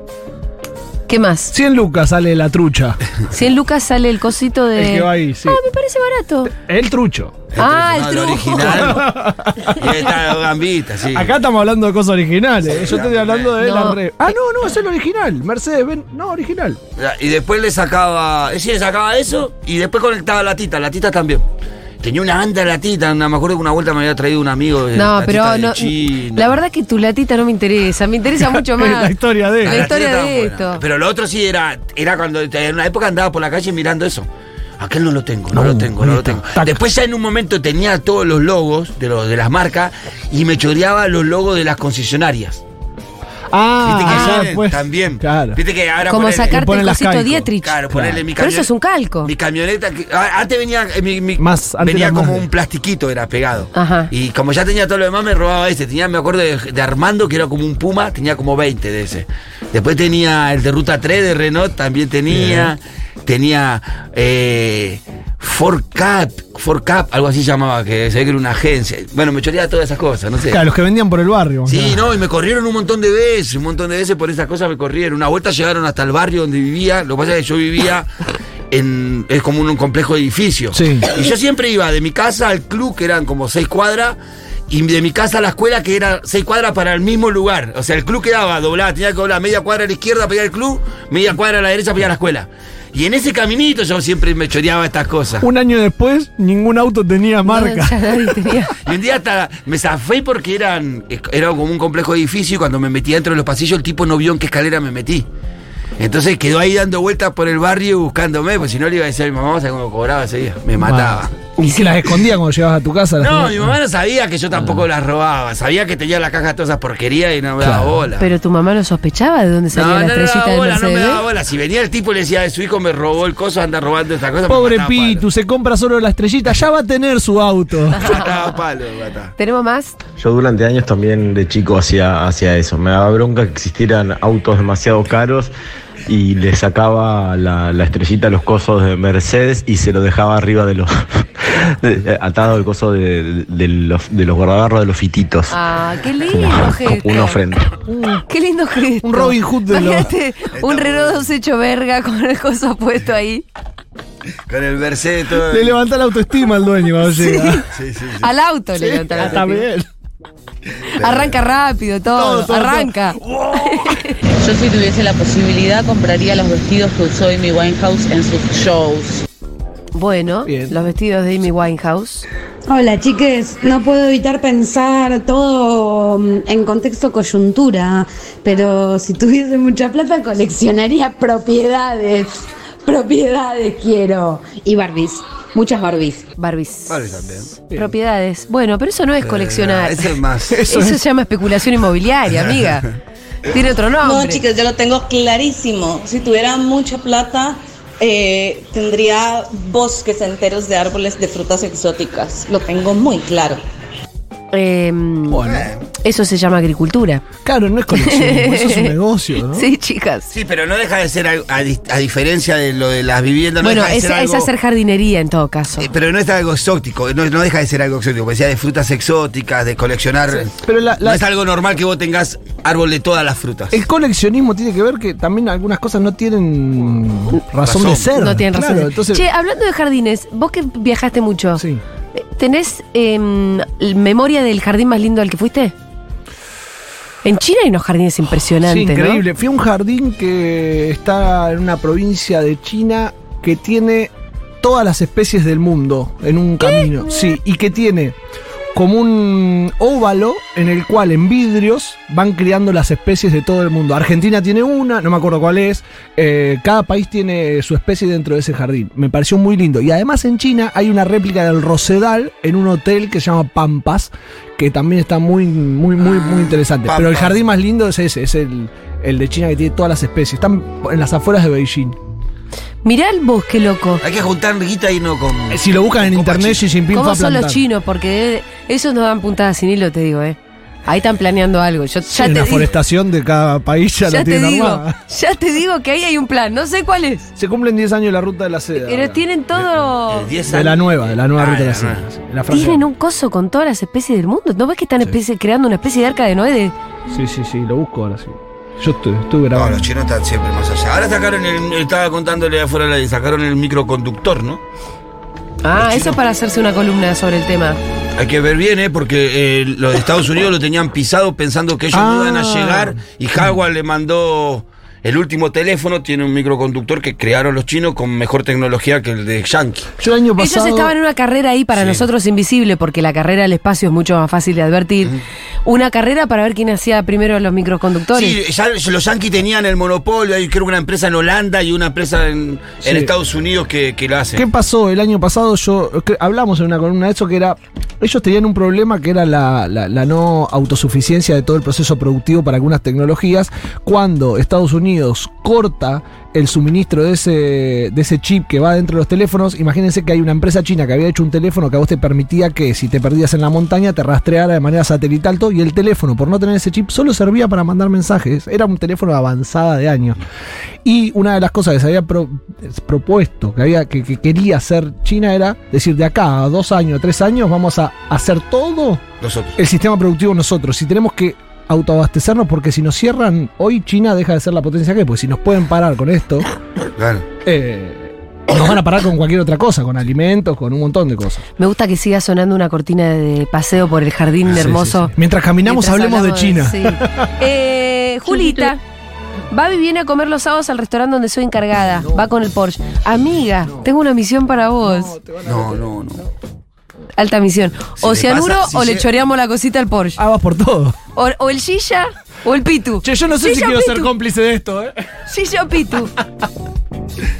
S1: ¿Qué más?
S3: 100 lucas sale la trucha.
S1: 100 lucas sale el cosito de.
S3: El que va ahí, sí.
S1: Ah, me parece barato.
S2: Eh,
S3: El trucho.
S1: ah,
S2: No,
S1: el
S2: el
S1: truco.
S2: original. Y ahí está Gambita, sí.
S3: Acá estamos hablando de cosas originales.
S2: Sí,
S3: Yo estoy
S2: la-
S3: hablando de
S2: No.
S3: la re. Ah, no, no, es el original. Mercedes-Benz, no, original.
S2: Y después le sacaba. eh, Sí, le sacaba eso y después conectaba la tita, la tita también. Tenía una anda de latita, me acuerdo que una vuelta me había traído un amigo de
S1: No,
S2: latita
S1: pero
S2: de
S1: no,
S2: China.
S1: la verdad que tu latita no me interesa, me interesa mucho más.
S3: La historia de.
S1: La
S2: Ah,
S1: historia
S2: latita
S1: de
S2: estaba buena.
S1: esto.
S2: Pero lo otro sí era, era cuando en una época andaba por la calle mirando eso. Aquel no lo tengo, no,
S3: No,
S2: lo tengo, no lo tengo. Después ya en un momento tenía todos los logos de, los, de las marcas y me choreaba los logos de las concesionarias.
S3: Ah,
S2: Viste que
S3: ya
S2: salen
S3: después.
S2: también.
S3: Claro.
S2: Viste que ahora
S1: Como
S2: ponele-
S1: sacarte
S3: ponen
S1: el
S3: las
S1: cosito
S3: calcos.
S1: Dietrich.
S2: Claro, ponerle mi
S1: Pero eso
S2: camioneta.
S1: es un calco.
S2: Mi camioneta, que- ah, antes venía, eh, mi- mi-
S3: Más- antes
S2: venía
S3: era más
S2: como
S3: de-
S2: un plastiquito, era pegado.
S1: Ajá.
S2: Y como ya tenía todo lo demás, me robaba ese. Tenía, me acuerdo de, de Armando, que era como un Puma, tenía como 20 de ese. Después tenía el de Ruta 3 de Renault, también tenía. Tenía eh, Ford Cap, Ford Cap, algo así llamaba, que se ve que era una agencia. Bueno, me choreaba todas esas cosas, no sé.
S3: Claro, los que vendían por el barrio.
S2: Sí,
S3: claro.
S2: no, y me corrieron un montón de veces, un montón de veces por esas cosas me corrieron. Una vuelta llegaron hasta el barrio donde vivía, lo que pasa es que yo vivía en. es como un, un complejo de edificios.
S3: Sí.
S2: Y yo siempre iba de mi casa al club, que eran como seis cuadras, y de mi casa a la escuela, que era seis cuadras para el mismo lugar. O sea, el club quedaba doblada, tenía que doblar media cuadra a la izquierda para ir al club, media cuadra a la derecha para ir a la escuela. Y en ese caminito yo siempre me choreaba estas cosas.
S3: Un año después, ningún auto tenía marca.
S1: ya nadie tenía.
S2: Y un día hasta me zafé porque eran, era como un complejo edificio y cuando me metí dentro de los pasillos el tipo no vio en qué escalera me metí. Entonces quedó ahí dando vueltas por el barrio buscándome, pues si no le iba a decir a mi mamá, ¿sabes cómo cobraba ese día? Me mataba.
S3: ¿Y si las escondía cuando llegabas a tu casa? las
S2: No,
S3: tenías-
S2: mi mamá no sabía que yo
S3: Ah.
S2: tampoco las robaba, sabía que tenía la caja de todas esas porquerías y no me daba
S3: Claro.
S2: bola.
S1: Pero tu mamá no sospechaba de dónde salía
S2: No,
S1: la
S2: no, no, me
S1: estrellita
S2: daba
S1: de
S2: bola, no me
S1: Mercedes.
S2: daba bola. Si venía el tipo y le decía, su hijo me robó el coso, anda robando esta cosa. me
S3: Pobre
S2: mataba palo.
S3: Pitu, se compra solo la estrellita, ya va a tener su auto.
S2: Me Mataba palo, me mataba.
S1: ¿Tenemos más?
S13: Yo durante años también de chico hacía, hacía eso. Me daba bronca que existieran autos demasiado caros y le sacaba la, la estrellita a los cosos de Mercedes y se lo dejaba arriba de los. de- atado el coso de, de los, de los guardabarros de los fititos.
S1: Ah, qué
S13: Como,
S1: lindo
S13: como
S1: gesto.
S13: una ofrenda.
S1: Mm, Qué lindo gesto.
S3: Un Robin Hood de los-
S1: Imagínate, un reloj dos hecho verga con el coso puesto ahí.
S2: Con el Mercedes todo.
S3: Le levanta la autoestima al dueño cuando llega.
S2: Sí, sí, sí.
S1: Al auto le
S3: Sí,
S1: levantaron.
S3: está bien.
S1: Arranca rápido, todo.
S3: Todo, todo,
S1: arranca.
S14: Yo si tuviese la posibilidad compraría los vestidos que usó Amy Winehouse en sus shows.
S1: Bueno, los vestidos de Amy Winehouse.
S15: Hola chiques, no puedo evitar pensar todo mm, en contexto coyuntura, pero si tuviese mucha plata coleccionaría propiedades, propiedades quiero y Barbies, muchas Barbies.
S1: Barbies.
S2: Vale, también.
S1: Propiedades. Bueno, pero eso no es coleccionar.
S2: Eh, Ese es más.
S1: Eso, se llama especulación inmobiliaria, amiga. Tiene otro nombre.
S10: No, chicos, yo lo tengo clarísimo. Si tuviera mucha plata, eh, tendría bosques enteros de árboles de frutas exóticas. Lo tengo muy claro.
S1: Eh, Eso se llama agricultura.
S3: Claro, no es coleccionismo, eso es un negocio, ¿no?
S1: Sí, chicas.
S2: Sí, pero no deja de ser, algo- a, di- a diferencia de lo de las viviendas, no
S1: bueno,
S2: deja de
S1: es,
S2: ser
S1: es
S2: algo-
S1: hacer jardinería en todo caso.
S2: eh, Pero no es algo exótico, no, no deja de ser algo exótico, porque sea de frutas exóticas, de coleccionar.
S3: Pero la- la-
S2: No es algo normal que vos tengas árbol de todas las frutas.
S3: El coleccionismo tiene que ver que también algunas cosas no tienen razón, de ser.
S1: No tienen razón.
S3: Claro,
S1: de-
S3: entonces,
S1: Che, hablando de jardines, vos que viajaste mucho,
S3: Sí.
S1: eh, ¿tenés em, l- memoria del jardín más lindo al que fuiste? En China hay unos jardines
S3: sí,
S1: impresionantes, ¿no?
S3: increíble. Fui a un jardín que está en una provincia de China que tiene todas las especies del mundo en un camino. Sí, y que tiene como un óvalo en el cual en vidrios van criando las especies de todo el mundo. Argentina tiene una, no me acuerdo cuál es. eh, cada país tiene su especie dentro de ese jardín. Me pareció muy lindo. Y además en China hay una réplica del Rosedal en un hotel que se llama Pampas, que también está muy, muy, muy,
S1: Ah,
S3: muy interesante. Pero el
S2: Pampas.
S3: jardín más lindo es ese, es el, el de China que tiene todas las especies. Están en las afueras de Beijing.
S1: Mirá el bosque, loco.
S2: Hay que juntar guita y no con.
S3: Eh, Si lo buscan en internet, Xi Jinping fue
S1: ¿Cómo
S3: a
S1: son los
S3: plantar.
S1: chinos? Porque debe- esos nos dan puntadas sin hilo, te digo, ¿eh? Ahí están planeando algo. Yo
S3: Sí,
S1: ya te
S3: una
S1: digo.
S3: forestación de cada país ya,
S1: Ya
S3: la
S1: te
S3: tienen
S1: digo,
S3: armada.
S1: ya te digo que ahí hay un plan, no sé cuál es.
S3: Se cumplen 10 años la ruta de la seda.
S1: Pero tienen todo.
S3: De la nueva, de la
S2: Ah,
S3: nueva ruta Ah, de la seda. En la Francia.
S1: Tienen un coso con todas las especies del mundo. ¿No ves que están especie- creando una especie de arca de Noé? de-
S3: Sí, sí, sí, lo busco ahora sí. Yo estuve, estuve
S2: No,
S3: grabando.
S2: los chinos están siempre más allá. Ahora sacaron el. Estaba contándole afuera la sacaron el microconductor, ¿no?
S1: Ah, eso para hacerse una columna sobre el tema.
S2: Hay que ver bien, ¿eh? Porque eh, los de Estados Unidos lo tenían pisado pensando que ellos no iban a
S3: Ah.
S2: llegar. Y Jaguar le mandó. El último teléfono tiene un microconductor que crearon los chinos con mejor tecnología que el de Yankee.
S3: Yo el año
S1: Ellos
S3: pasado.
S1: estaban en una carrera ahí para nosotros invisible, porque la carrera al espacio es mucho más fácil de advertir. Una carrera para ver quién hacía primero los microconductores.
S2: Sí, ya los yanquis tenían el monopolio. Hay creo que una empresa en Holanda y una empresa en,
S3: Sí.
S2: en Estados Unidos que, que lo hace.
S3: ¿Qué pasó? El año pasado yo cre- hablamos en una columna de eso que era. Ellos tenían un problema que era la, la- la no autosuficiencia de todo el proceso productivo para algunas tecnologías. Cuando Estados Unidos corta el suministro de ese, de ese chip que va dentro de los teléfonos, imagínense que hay una empresa china que había hecho un teléfono que a vos te permitía que si te perdías en la montaña te rastreara de manera satelital todo y el teléfono por no tener ese chip solo servía para mandar mensajes. Era un teléfono avanzada de años. Y una de las cosas que se había pro- es- propuesto, que, había, que, que quería hacer China, era decir, de acá a dos años, tres años, vamos a hacer todo
S2: Nosotros.
S3: el sistema productivo nosotros. Si tenemos que autoabastecernos, porque si nos cierran, hoy China deja de ser la potencia que es, porque si nos pueden parar con esto,
S2: Claro.
S3: eh, nos van a parar con cualquier otra cosa, con alimentos, con un montón de cosas.
S1: Me gusta que siga sonando una cortina de paseo por el jardín
S3: Sí, sí,
S1: hermoso.
S3: sí. Mientras caminamos, hablemos de China.
S1: sí. Eh, Julita, Babi viene a comer los sábados al restaurante donde soy encargada. Va con el Porsche. Amiga, tengo una misión para vos.
S2: No, no, no.
S1: Alta misión. o
S2: le
S1: cianuro
S2: pasa- si
S1: o le
S2: lle-
S1: choreamos la cosita al Porsche.
S3: Ah, vas por todo.
S1: O, o el Shisha o el Pitu.
S3: yo no sé si
S1: Shisha o
S3: quiero ser
S1: Pitu.
S3: cómplice de esto, ¿eh?
S1: Shisha o Pitu.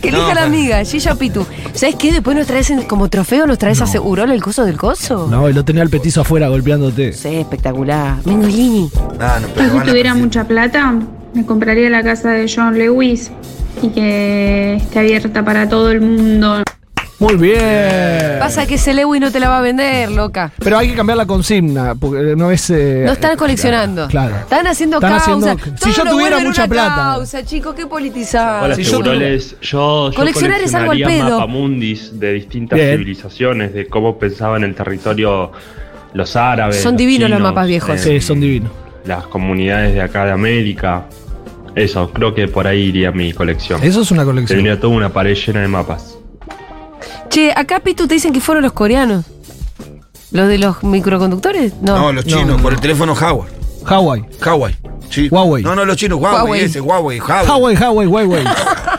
S1: Que
S2: No,
S1: elija la
S2: pa-
S1: amiga, Shisha o Pitu. ¿Sabes qué? Después nos traes en- como trofeo, nos traes a Segurola el coso del coso.
S3: No, y lo tenía el petizo afuera golpeándote.
S1: Sí, espectacular. Mengolini.
S2: Ah, no, pero
S16: Si
S2: van a-
S16: tuviera mucha plata, me compraría la casa de John Lewis y que esté abierta para todo el mundo.
S3: Muy bien.
S1: Pasa que ese Lewis no te la va a vender, loca.
S3: Pero hay que cambiar la consigna, porque no es. eh,
S1: No están coleccionando.
S3: Claro.
S1: Están haciendo
S3: Están
S1: causa.
S3: haciendo-
S1: Todo
S3: si yo
S1: lo
S3: tuviera
S1: vuelven
S3: mucha
S1: una
S3: plata.
S1: causa, chicos, qué politizado.
S17: Hola,
S1: Si yo
S17: seguroles. Yo, yo
S1: Coleccionar es algo al
S17: coleccionaría
S1: pedo.
S17: mapamundis de distintas
S3: Bien.
S17: civilizaciones, de cómo pensaban el territorio los árabes.
S1: Son divinos los mapas viejos.
S17: Sí,
S3: Sí, son divinos.
S17: Las comunidades de acá de América. Eso, creo que por ahí iría mi colección.
S3: Eso es una colección.
S17: Tendría toda una pared llena de mapas.
S1: tuviera- Che, acá Pitu te dicen que fueron los coreanos. ¿Los de los microconductores? No.
S2: No, los chinos, por el teléfono Jaguar.
S3: Hawaii.
S2: Huawei. Sí.
S3: Huawei.
S2: No, no, los chinos, Huawei,
S1: Huawei.
S2: ese, Huawei, Huawei.
S3: Hawaii, Hawaii, Huawei.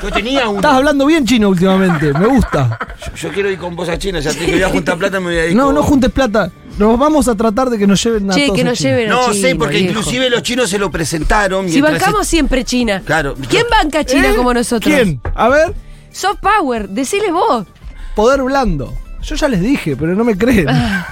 S2: Yo tenía un.
S3: Estás hablando bien chino últimamente, me gusta.
S2: Yo, yo quiero ir con vos a China, ya te dije, voy a juntar plata y me voy a ir.
S3: No,
S2: con-
S3: no juntes plata. Nos vamos a tratar de que nos lleven a
S1: Che,
S3: todos
S1: que
S3: a
S1: nos
S3: China.
S1: lleven a
S2: No
S1: China,
S2: sé, porque
S1: viejo.
S2: inclusive los chinos se lo presentaron.
S1: Si
S2: mientras-
S1: bancamos siempre China.
S2: Claro.
S1: ¿Quién banca a China
S3: ¿Eh?
S1: como nosotros?
S3: ¿Quién? A ver,
S1: Soft Power, decile vos.
S3: poder blando. Yo ya les dije, pero no me creen.
S1: Ah.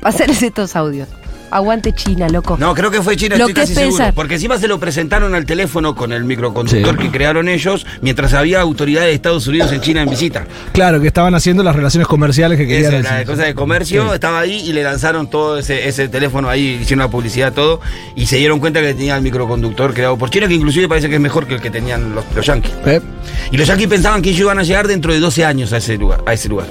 S1: Pasarles estos audios. Aguante China, loco.
S2: No, creo que fue China,
S1: Lo
S2: estoy
S1: que
S2: casi
S1: es pensar.
S2: seguro. Porque encima se lo presentaron al teléfono con el microconductor que crearon ellos mientras había autoridades de Estados Unidos en China en visita.
S3: Claro, que estaban haciendo las relaciones comerciales que
S2: Esa
S3: querían
S2: era la
S3: hacer.
S2: cosa de comercio, estaba ahí y le lanzaron todo ese, ese teléfono ahí, hicieron la publicidad, todo, y se dieron cuenta que tenía el microconductor creado por China, que inclusive parece que es mejor que el que tenían los, los yanquis.
S3: Eh,
S2: Y los yanquis pensaban que ellos iban a llegar dentro de 12 años a ese lugar. A ese lugar.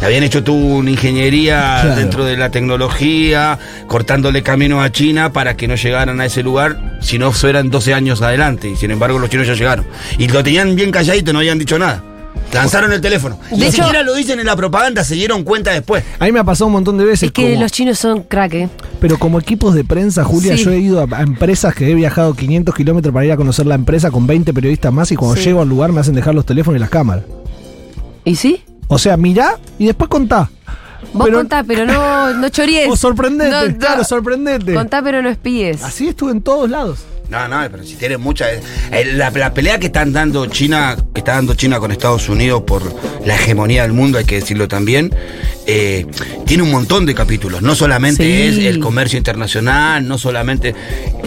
S2: Habían hecho toda una ingeniería
S3: Claro.
S2: dentro de la tecnología, cortándole camino a China para que no llegaran a ese lugar, si no fueran 12 años adelante. Y sin embargo, los chinos ya llegaron. Y lo tenían bien calladito, no habían dicho nada. Lanzaron el teléfono.
S1: De
S2: Ni
S1: hecho-
S2: siquiera lo dicen en la propaganda, se dieron cuenta después.
S3: A mí me ha pasado un montón de veces.
S1: Es que
S3: como-
S1: los chinos son crack, ¿eh?
S3: Pero como equipos de prensa, Julia,
S1: Sí.
S3: yo he ido a, a empresas que he viajado 500 kilómetros para ir a conocer la empresa con 20 periodistas más y cuando
S1: Sí.
S3: llego al lugar me hacen dejar los teléfonos y las cámaras.
S1: ¿Y sí?
S3: O sea, mirá y después contá.
S1: Vos contá, pero no, no chories.
S3: Vos sorprendete, claro, sorprendete.
S1: Contá, pero no espíes.
S3: Así estuve en todos lados.
S2: No, no, pero si tiene mucha. eh, La, la pelea que están dando China, que está dando China con Estados Unidos por la hegemonía del mundo, hay que decirlo también, eh, tiene un montón de capítulos. No solamente es el comercio internacional, no solamente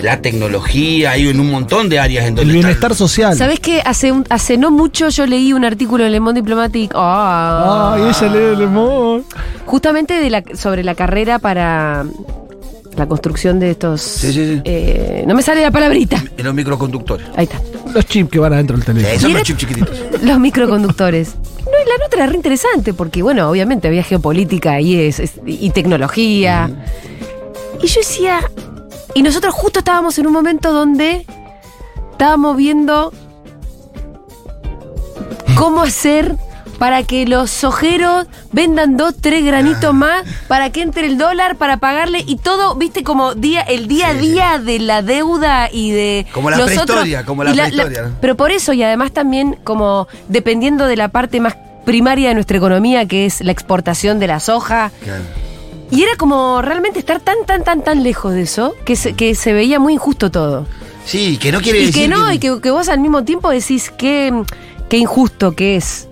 S2: la tecnología, hay un, un montón de áreas en donde.
S3: Bienestar social.
S1: ¿Sabés que hace, un- hace no mucho yo leí un artículo en Le Monde Diplomatique? Ah.
S3: Ay, ella lee el amor.
S1: Justamente de la, sobre la carrera para la construcción de estos. eh, no me sale la palabrita.
S2: En los microconductores.
S1: Ahí está.
S3: Los chips que van adentro del teléfono.
S2: son los chips chiquititos.
S1: Los microconductores. No, y la nota era re interesante porque, bueno, obviamente había geopolítica y, es, es- y tecnología. Y yo decía. Y nosotros justo estábamos en un momento donde estábamos viendo
S2: Mm.
S1: cómo hacer para que los ojeros vendan dos, tres
S2: Ah.
S1: granitos más, para que entre el dólar, para pagarle y todo, viste, como día, el día a día de la deuda y de
S2: Como la
S1: los
S2: prehistoria,
S1: otros-
S2: como la
S1: y
S2: prehistoria, ¿no?
S1: Pero por eso, y además también como dependiendo de la parte más primaria de nuestra economía, que es la exportación de la soja. Y era como realmente estar tan, tan, tan, tan lejos de eso, que se, que se veía muy injusto todo.
S2: Sí, que no quiere
S1: y
S2: decir.
S1: que no, y que, que vos al mismo tiempo decís qué qué injusto que es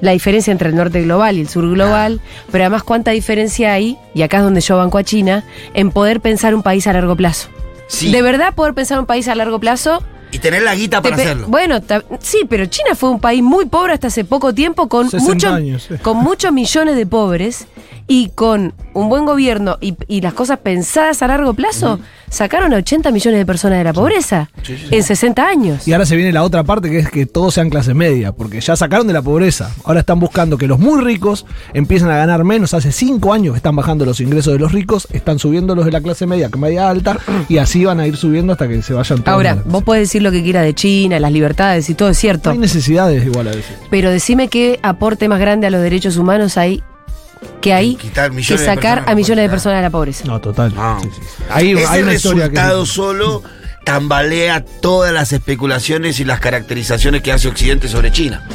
S1: la diferencia entre el norte global y el sur global, pero además cuánta diferencia hay, y acá es donde yo banco a China, en poder pensar un país a largo plazo.
S2: Sí.
S1: De verdad poder pensar un país a largo plazo
S2: Y tener la guita para
S1: te pe-
S2: hacerlo.
S1: Bueno, ta- sí, pero China fue un país muy pobre hasta hace poco tiempo, con,
S3: 60
S1: muchos-
S3: años, sí.
S1: con muchos millones de pobres y con un buen gobierno y, y las cosas pensadas a largo plazo, sacaron a 80 millones de personas de la pobreza en 60 años.
S3: Y ahora se viene la otra parte que es que todos sean clase media, porque ya sacaron de la pobreza. Ahora están buscando que los muy ricos empiecen a ganar menos. Hace cinco años que están bajando los ingresos de los ricos, están subiendo los de la clase media, que media alta, y así van a ir subiendo hasta que se vayan todos.
S1: Ahora, vos podés decir lo que quieras de China, las libertades y todo, es cierto.
S3: hay necesidades igual a veces.
S1: Pero decime qué aporte más grande a los derechos humanos hay que hay
S2: Quitar
S1: que
S2: millones de
S1: sacar
S2: personas de
S1: a
S2: la
S1: millones de personas de la pobreza.
S3: No, total. Sí, sí, sí. Ahí
S2: Ese
S3: hay una historia que...
S2: resultado solo tambalea todas las especulaciones y las caracterizaciones que hace Occidente sobre China.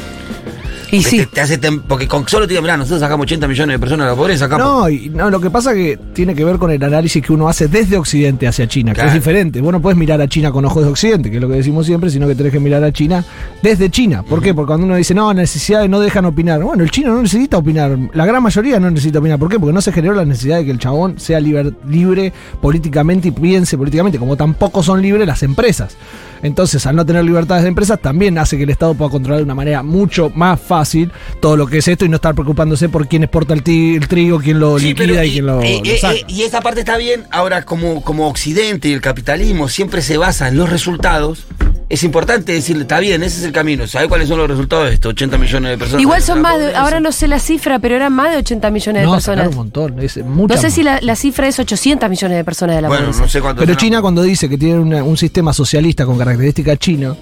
S1: Y
S2: sí. Te, te hace tem- porque con solo te digo, mirá, nosotros sacamos 80 millones de personas de la pobreza, acá.
S3: No, y- no, lo que pasa que tiene que ver con el análisis que uno hace desde Occidente hacia China,
S2: Claro.
S3: que es diferente. Vos no podés mirar a China con ojos de Occidente, que es lo que decimos siempre, sino que tenés que mirar a China desde China. ¿Por qué? Porque cuando uno dice, no, necesidades no dejan opinar. Bueno, el chino no necesita opinar. La gran mayoría no necesita opinar. ¿Por qué? Porque no se generó la necesidad de que el chabón sea liber- libre políticamente y piense políticamente, como tampoco son libres las empresas. Entonces, al no tener libertades de empresas, también hace que el Estado pueda controlar de una manera mucho más fácil todo lo que es esto y no estar preocupándose por quién exporta el, ti- el trigo, quién lo
S2: Sí, pero
S3: liquida y, quién lo,
S2: eh,
S3: lo
S2: eh,
S3: saca.
S2: eh, y esa parte está bien. Ahora, como, como Occidente y el capitalismo siempre se basa en los resultados, es importante decirle, está bien, ese es el camino. ¿Sabe cuáles son los resultados de estos 80 millones de personas?
S1: Igual
S2: de
S1: son
S2: la
S1: más de,
S2: pobreza?
S1: ahora no sé la cifra, pero eran más de 80 millones de
S3: no, sacaron
S1: personas.
S3: un montón. es mucha
S1: No sé
S3: más.
S1: si la, la cifra es 800 millones de personas de la
S2: Bueno,
S1: pobreza.
S2: no sé cuánto
S3: Pero China cuando dice que tiene una- un sistema socialista con características china,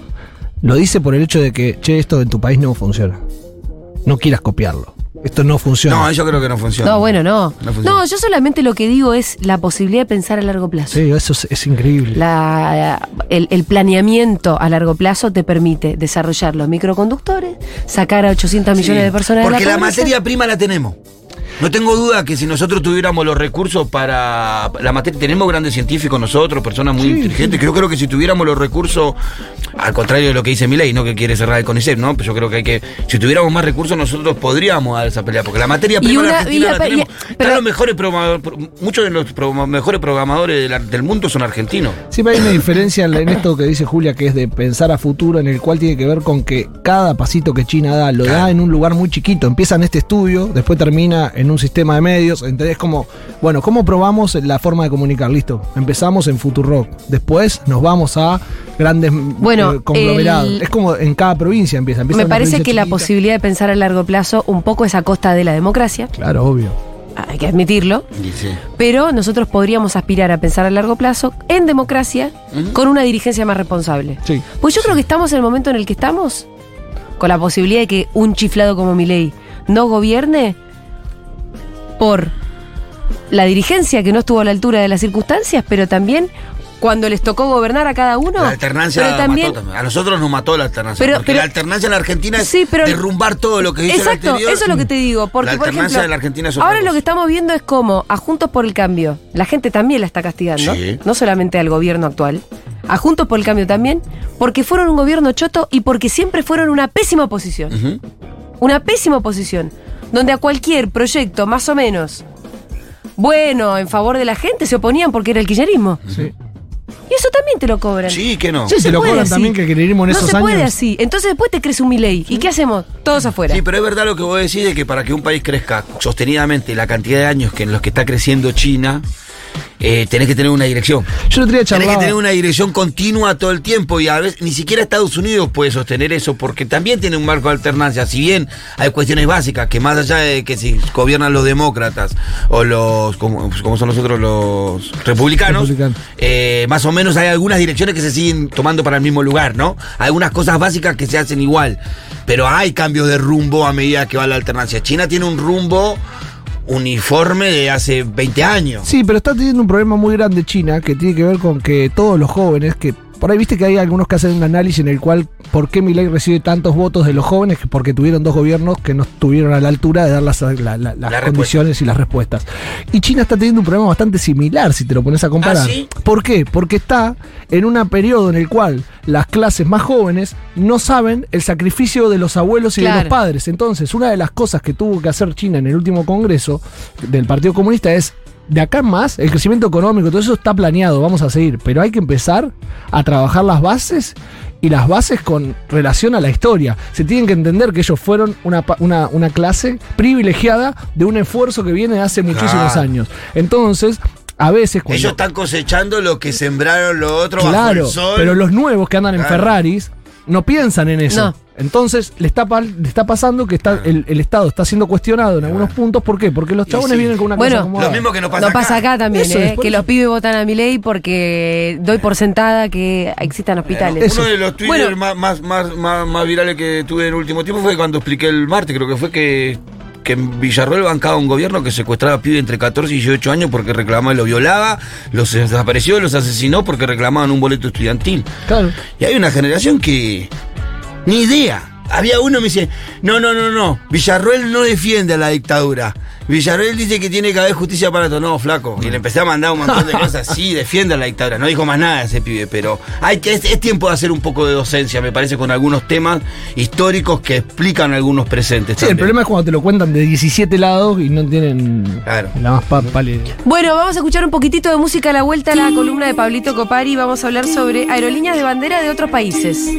S3: lo dice por el hecho de que, che, esto en tu país no funciona. No quieras copiarlo. Esto no funciona.
S2: No, yo creo que no funciona.
S1: No, bueno, no.
S2: No
S1: No,
S2: funciona.
S1: yo solamente lo que digo es la posibilidad de pensar a largo plazo.
S3: Sí, eso es, es increíble.
S1: La- el, el planeamiento a largo plazo te permite desarrollar los microconductores, sacar a 800 millones
S2: Sí,
S1: de personas
S2: Porque
S1: de
S2: la,
S1: la pobreza.
S2: materia prima la tenemos. No tengo duda que si nosotros tuviéramos los recursos para la materia, tenemos grandes científicos nosotros, personas muy inteligentes, que yo creo que si tuviéramos los recursos, al contrario de lo que dice Milei, no que quiere cerrar el CONICET, ¿no? Pues yo creo que hay que, si tuviéramos más recursos, nosotros podríamos dar esa pelea, porque la materia
S1: Y
S2: prima
S1: una-
S2: la Argentina
S1: y
S2: la
S1: apa- y-
S2: tenemos.
S1: pero-
S2: Están los mejores programadores, pro- muchos de los pro- mejores programadores de la- del mundo son argentinos.
S3: Siempre hay una diferencia en la- en esto que dice Julia, que es de pensar a futuro, en el cual tiene que ver con que cada pasito que China da lo da en un lugar muy chiquito. Empieza en este estudio, después termina en un sistema de medios. Entonces, es como, bueno, ¿cómo probamos la forma de comunicar? Listo, empezamos en Futurock. Después nos vamos a grandes mm,
S1: Bueno,
S3: eh, conglomerados.
S1: el-
S3: Es como en cada provincia empieza. empieza
S1: Me
S3: en una
S1: parece que
S3: provincia
S1: la
S3: chiquita.
S1: posibilidad de pensar a largo plazo un poco es a costa de la democracia, Ah,
S3: Claro, obvio.
S1: hay que admitirlo, pero nosotros podríamos aspirar a pensar a largo plazo en democracia con una dirigencia más responsable.
S3: Sí.
S1: Pues yo creo que estamos en el momento en el que estamos, con la posibilidad de que un chiflado como Milei no gobierne por la dirigencia que no estuvo a la altura de las circunstancias, pero también cuando les tocó gobernar a cada uno.
S2: La alternancia
S1: pero también,
S2: mató también. A nosotros nos mató la alternancia.
S1: Pero-
S2: porque
S1: pero-
S2: la alternancia en la Argentina es
S1: Sí, pero-
S2: derrumbar todo lo que hizo el
S1: Exacto,
S2: anterior.
S1: eso es lo que te digo. Porque,
S2: La
S1: por
S2: alternancia
S1: ejemplo,
S2: de la Argentina es otra
S1: ahora lo
S2: cosa.
S1: que estamos viendo es cómo a Juntos por el Cambio, la gente también la está castigando,
S2: Sí.
S1: no solamente al gobierno actual, a Juntos por el Cambio también, porque fueron un gobierno choto y porque siempre fueron una pésima oposición.
S2: Ujú.
S1: Una pésima oposición, donde a cualquier proyecto más o menos bueno en favor de la gente se oponían porque era el kirchnerismo. Y eso también te lo cobran.
S2: Sí, que no.
S3: Sí, se lo
S1: puede
S3: cobran
S1: así.
S3: también que kirchnerismo en
S1: no
S3: esos
S1: se puede
S3: años.
S1: así. Entonces después te crees un Milei. ¿Y qué hacemos? Todos afuera.
S2: Sí, pero es verdad lo que vos decís de que para que un país crezca sostenidamente la cantidad de años que en los que está creciendo China, eh, tenés que tener una dirección.
S3: Yo no
S2: Tenés que
S3: charlaba-
S2: tener una dirección continua todo el tiempo y a veces ni siquiera Estados Unidos puede sostener eso porque también tiene un marco de alternancia. Si bien hay cuestiones básicas que más allá de que si gobiernan los demócratas o los, como, pues, como son nosotros los republicanos,
S3: Republicano.
S2: eh, más o menos hay algunas direcciones que se siguen tomando para el mismo lugar, ¿no? Algunas cosas básicas que se hacen igual, pero hay cambios de rumbo a medida que va la alternancia. China tiene un rumbo uniforme de hace 20 años.
S3: Sí, pero está teniendo un problema muy grande China que tiene que ver con que todos los jóvenes que por ahí viste que hay algunos que hacen un análisis en el cual por qué Milei recibe tantos votos de los jóvenes que porque tuvieron dos gobiernos que no estuvieron a la altura de dar las, la- la- las
S2: respuesta.
S3: condiciones y las respuestas. Y China está teniendo un problema bastante similar si te lo pones a comparar.
S2: ¿Ah, sí?
S3: ¿Por qué? Porque está en un periodo en el cual las clases más jóvenes no saben el sacrificio de los abuelos y de
S1: Claro.
S3: los padres. Entonces, una de las cosas que tuvo que hacer China en el último congreso del Partido Comunista es. De acá en más, el crecimiento económico, todo eso está planeado, vamos a seguir, pero hay que empezar a trabajar las bases y las bases con relación a la historia. Se tienen que entender que ellos fueron una, pa- una, una clase privilegiada de un esfuerzo que viene de hace muchísimos
S2: Claro.
S3: años. Entonces, a veces cuando...
S2: Ellos están cosechando lo que sembraron los otros bajo
S3: Claro,
S2: el sol.
S3: pero los nuevos que andan en
S2: Claro.
S3: Ferraris no piensan en eso.
S1: No.
S3: Entonces le está, pa- le está pasando que está, el, el Estado está siendo cuestionado en algunos puntos. ¿Por qué? Porque los chabones
S2: sí.
S3: vienen con una
S1: Bueno,
S3: cosa como...
S2: que nos
S1: no pasa acá también,
S3: Eso es,
S1: ¿eh?
S3: por
S1: que
S3: eso.
S1: los pibes votan a mi ley porque doy por sentada que existan hospitales.
S2: Uno de los tweets
S1: Bueno,
S2: más, más, más, más, más virales que tuve en el último tiempo fue cuando expliqué el martes, creo que fue que, que en Villarroel bancaba un gobierno que secuestraba a pibes entre 14 y 18 años porque reclamaban, lo violaba, los desapareció, los asesinó porque reclamaban un boleto estudiantil.
S3: Claro.
S2: Y hay una generación que. Ni idea. Había uno que me dice, no, no, no, no, Villarroel no defiende a la dictadura. Villarroel dice que tiene que haber justicia para todos. No, flaco. Y le empecé a mandar un montón de cosas. Sí, defiende a la dictadura. No dijo más nada ese pibe, pero hay que, es, es tiempo de hacer un poco de docencia, me parece, con algunos temas históricos que explican algunos presentes.
S3: Sí, el
S2: también.
S3: problema es cuando te lo cuentan de 17 lados y no tienen la más pa- pálida. idea.
S1: bueno, vamos a escuchar un poquitito de música a la vuelta a la columna de Pablito Copari y vamos a hablar sobre aerolíneas de bandera de otros países.